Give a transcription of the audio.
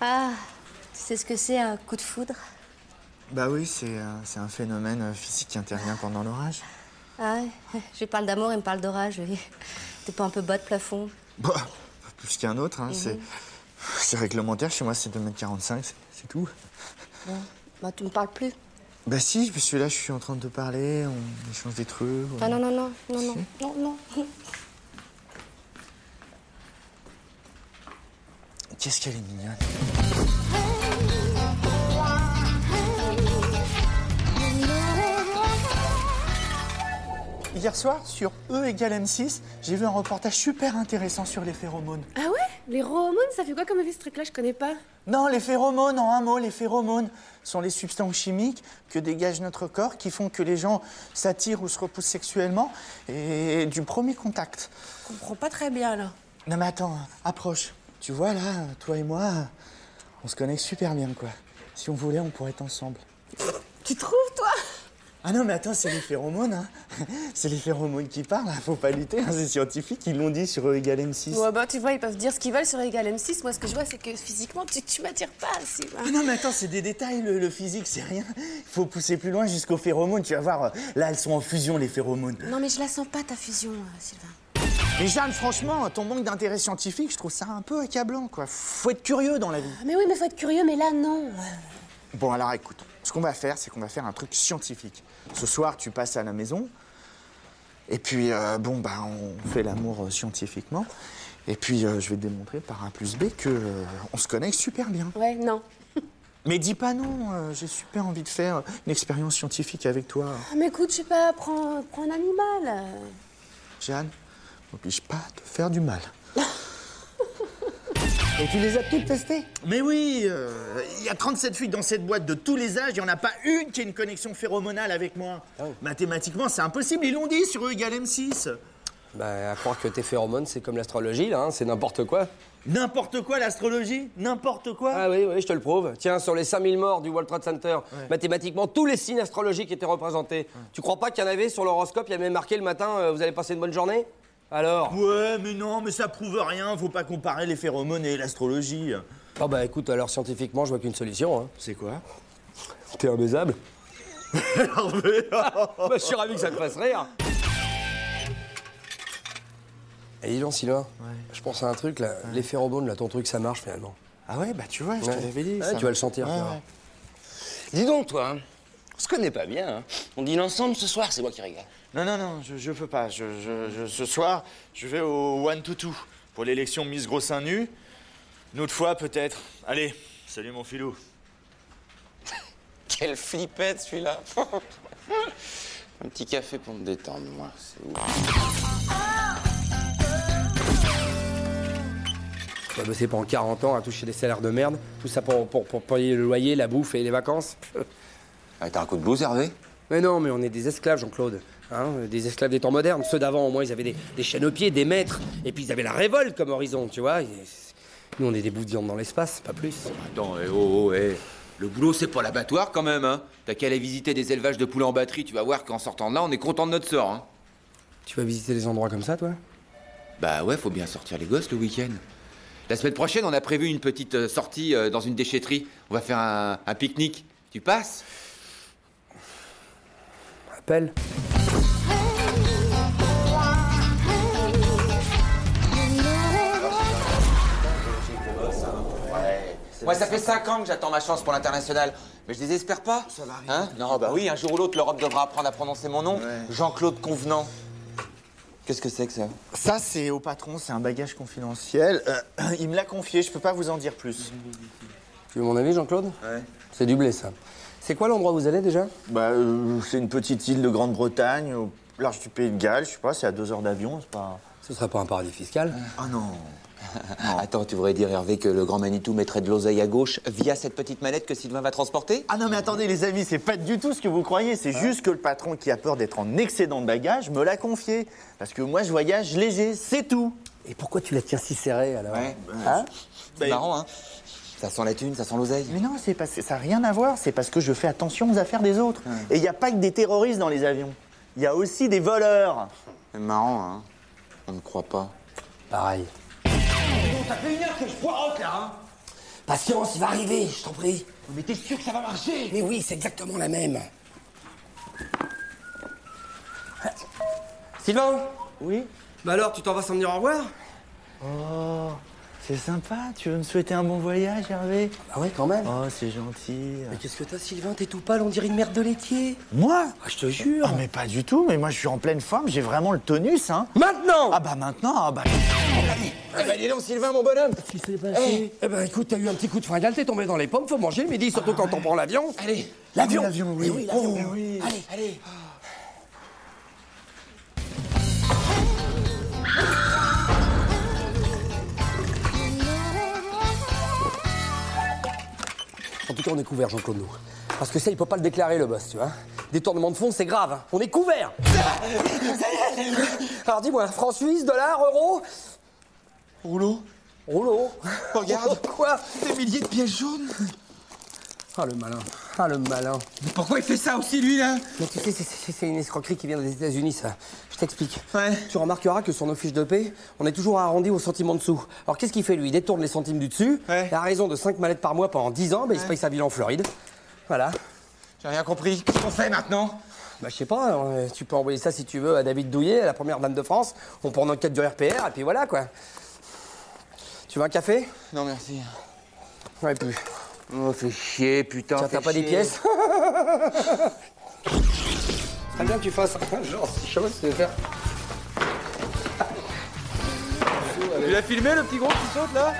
Ah, Tu sais ce que c'est un coup de foudre Bah oui, c'est euh, c'est un phénomène euh, physique qui intervient pendant l'orage. Ah ouais, je lui parle d'amour, il me parle d'orage. lui. T'es pas un peu bas de plafond Bah, pas plus qu'un autre, hein, c'est c'est réglementaire. Chez moi, c'est 2m45, c'est- c'est tout. Bah tu me parles plus. Bah si, je suis là, je suis en train de te parler, on échange des trucs. Ah non, non, non, non, non, non, non. Qu'est-ce qu'elle est mignonne. Hier soir, sur E égale M6, j'ai vu un reportage super intéressant sur les phéromones. Ah ouais Les romones, ça fait quoi comme effet ce truc-là Je connais pas. Non, les phéromones, en un mot, les phéromones sont les substances chimiques que dégage notre corps qui font que les gens s'attirent ou se repoussent sexuellement et du premier contact. Je comprends pas très bien là. Non mais attends, approche. Tu vois là, toi et moi, on se connaît super bien quoi. Si on voulait, on pourrait être ensemble. Tu trouves toi Ah non mais attends, c'est les phéromones, hein. C'est les phéromones qui parlent, hein. faut pas lutter, hein. c'est scientifique, ils l'ont dit sur E égale M6. Ouais bah tu vois, ils peuvent dire ce qu'ils veulent sur Egal M6. Moi ce que je vois c'est que physiquement tu, tu m'attires pas si. Ah non mais attends, c'est des détails, le, le physique c'est rien. Il faut pousser plus loin jusqu'aux phéromones, tu vas voir, euh, là elles sont en fusion les phéromones. Non mais je la sens pas ta fusion, euh, Sylvain. Mais Jeanne, franchement, ton manque d'intérêt scientifique, je trouve ça un peu accablant, quoi. Faut être curieux dans la vie. Ah, Mais oui, mais faut être curieux, mais là non. Bon, alors écoute, ce qu'on va faire, c'est qu'on va faire un truc scientifique. Ce soir, tu passes à la maison, et puis, euh, bon, bah, on fait l'amour euh, scientifiquement. Et puis, euh, je vais te démontrer par A plus B que euh, on se connecte super bien. Ouais, non. Mais dis pas non, euh, j'ai super envie de faire une expérience scientifique avec toi, euh, Ah, mais écoute, je sais pas, prends, prends un animal. euh. Jeanne. M'oblige pas à te faire du mal. Et tu les as toutes testées Mais oui, euh, il y a 37 filles dans cette boîte de tous les âges, il n'y en a pas une qui ait une connexion phéromonale avec moi. Mathématiquement, c'est impossible, ils l'ont dit sur E égale M6. Bah, à croire que tes phéromones, c'est comme l'astrologie, là, hein, c'est n'importe quoi. N'importe quoi l'astrologie, n'importe quoi. Ah oui, oui, je te le prouve. Tiens, sur les 5000 morts du World Trade Center, mathématiquement, tous les signes astrologiques étaient représentés. Tu crois pas qu'il y en avait sur l'horoscope, il y avait marqué le matin, euh, vous allez passer une bonne journée Alors Ouais, mais non, mais ça prouve rien, faut pas comparer les phéromones et l'astrologie. Ah bah écoute, alors scientifiquement, je vois qu'une solution. Hein. C'est quoi T'es imbaisable bah, Je suis ravi que ça te fasse rire Et Eh, dis donc, Sylvain, je pense à un truc, là, les phéromones, là, ton truc, ça marche finalement. Ah ouais, bah tu vois, je Ouais. te l'avais dit. Ouais, ça. tu vas le sentir, tu Ouais, vas ouais. Dis donc, toi, hein, on se connaît pas bien. hein. On dîne ensemble ce soir, c'est moi qui régale. Non, non, non, je, je peux pas. Je, je- je- ce soir, je vais au One to Two pour l'élection Miss Gros Seins Nu. Une autre fois, peut-être. Allez, salut mon filou. Quelle flippette, celui-là Un petit café pour me détendre, moi. C'est ouf. Tu vas bosser pendant 40 ans à toucher des salaires de merde, tout ça pour, pour, pour payer le loyer, la bouffe et les vacances. Ah, T'as un coup de blouse, Hervé Mais non, mais on est des esclaves, Jean-Claude. Hein, des esclaves des temps modernes. Ceux d'avant, au moins, ils avaient des, des chaînes aux pieds, des maîtres. Et puis, ils avaient la révolte comme horizon, tu vois. Et c'est- Nous, on est des bouts de viande dans l'espace, pas plus. Attends, eh, oh, oh, eh. Le boulot, c'est pas l'abattoir quand même, hein. T'as qu'à aller visiter des élevages de poules en batterie, tu vas voir qu'en sortant de là, on est content de notre sort, hein. Tu vas visiter des endroits comme ça, toi Bah ouais, faut bien sortir les gosses le week-end. La semaine prochaine, on a prévu une petite euh, sortie euh, dans une déchetterie. On va faire un, un pique-nique. Tu passes Appelle. Moi, ça fait 5 ans que j'attends ma chance pour l'international. Mais je désespère pas. Ça va Hein non, bah oui, un jour ou l'autre, l'Europe devra apprendre à prononcer mon nom. Jean-Claude Convenant. Qu'est-ce que c'est que ça Ça, c'est au patron, c'est un bagage confidentiel. Euh, il me l'a confié, je peux pas vous en dire plus. Tu veux mon avis, Jean-Claude Ouais. C'est du blé, ça. C'est quoi l'endroit où vous allez déjà Bah, euh, c'est une petite île de Grande-Bretagne, au large du pays de Galles, je sais pas, c'est à deux heures d'avion, c'est pas. Ce serait pas un paradis fiscal Ah non Attends, tu voudrais dire, Hervé, que le grand Manitou mettrait de l'oseille à gauche via cette petite mallette que Sylvain va transporter Ah non, mais attendez, les amis, c'est pas du tout ce que vous croyez. C'est juste que le patron qui a peur d'être en excédent de bagages me l'a confié. Parce que moi, je voyage léger, c'est tout. Et pourquoi tu la tiens si serrée alors Ouais. Hein C'est marrant, hein Ça sent la thune, ça sent l'oseille. Mais non, c'est parce que ça n'a rien à voir. C'est parce que je fais attention aux affaires des autres. Et il n'y a pas que des terroristes dans les avions. Il y a aussi des voleurs. C'est marrant, hein On ne croit pas. Pareil. Ça fait une heure que je poireaute là, hein Oh, Patience, il va arriver, je t'en prie. Mais t'es sûr que ça va marcher Mais oui, c'est exactement la même. Sylvain Oui, Bah alors, tu t'en vas sans me dire au revoir c'est sympa. Tu veux me souhaiter un bon voyage, Hervé Bah ouais, quand même. Oh, c'est gentil. Mais qu'est-ce que t'as, Sylvain T'es tout pâle, on dirait une merde de laitier. Moi Ah, je te jure. Ah, mais pas du tout. Mais moi, je suis en pleine forme. J'ai vraiment le tonus, hein. Maintenant Ah bah maintenant, ah bah... bah, Eh ben, dis donc, Sylvain, mon bonhomme Qu'est-ce qui s'est passé Eh ben écoute, t'as eu un petit coup de fringale, t'es tombé dans les pommes, faut manger le midi, surtout quand on prend l'avion. Allez L'avion L'avion, oui. Eh oui, l'avion. Oh, oui. Allez, allez En tout cas, on est couvert, Jean-Claude, nous. Parce que ça, il peut pas le déclarer, le boss, tu vois. Détournement de fonds, c'est grave. hein. On est couvert Alors dis-moi, francs suisses, dollars, euros Rouleau Rouleau Regarde. Quoi Des milliers de pièces jaunes Ah, le malin Ah, le malin Mais pourquoi il fait ça aussi, lui, là Mais tu sais, c'est- c'est c'est une escroquerie qui vient des États-Unis, ça. Je t'explique. Ouais. Tu remarqueras que sur nos fiches de paix, on est toujours arrondi au centime en dessous. Alors qu'est-ce qu'il fait, lui Il détourne les centimes du dessus. Ouais. Et à raison de 5 mallettes par mois pendant 10 ans, bah, il se paye sa ville en Floride. Voilà. J'ai rien compris. Qu'est-ce qu'on fait maintenant Bah, je sais pas, euh, tu peux envoyer ça si tu veux à David Douillet, à la première dame de France. On prend notre enquête du RPR, et puis voilà, quoi. Tu veux un café Non, merci. J'en ai plus. Oh, fais chier, putain. Tiens, fais t'as pas des chier. pièces Très bien que tu fasses un genre, si je sais pas ce que tu veux faire. Tu l'as filmé, le petit gros qui saute, là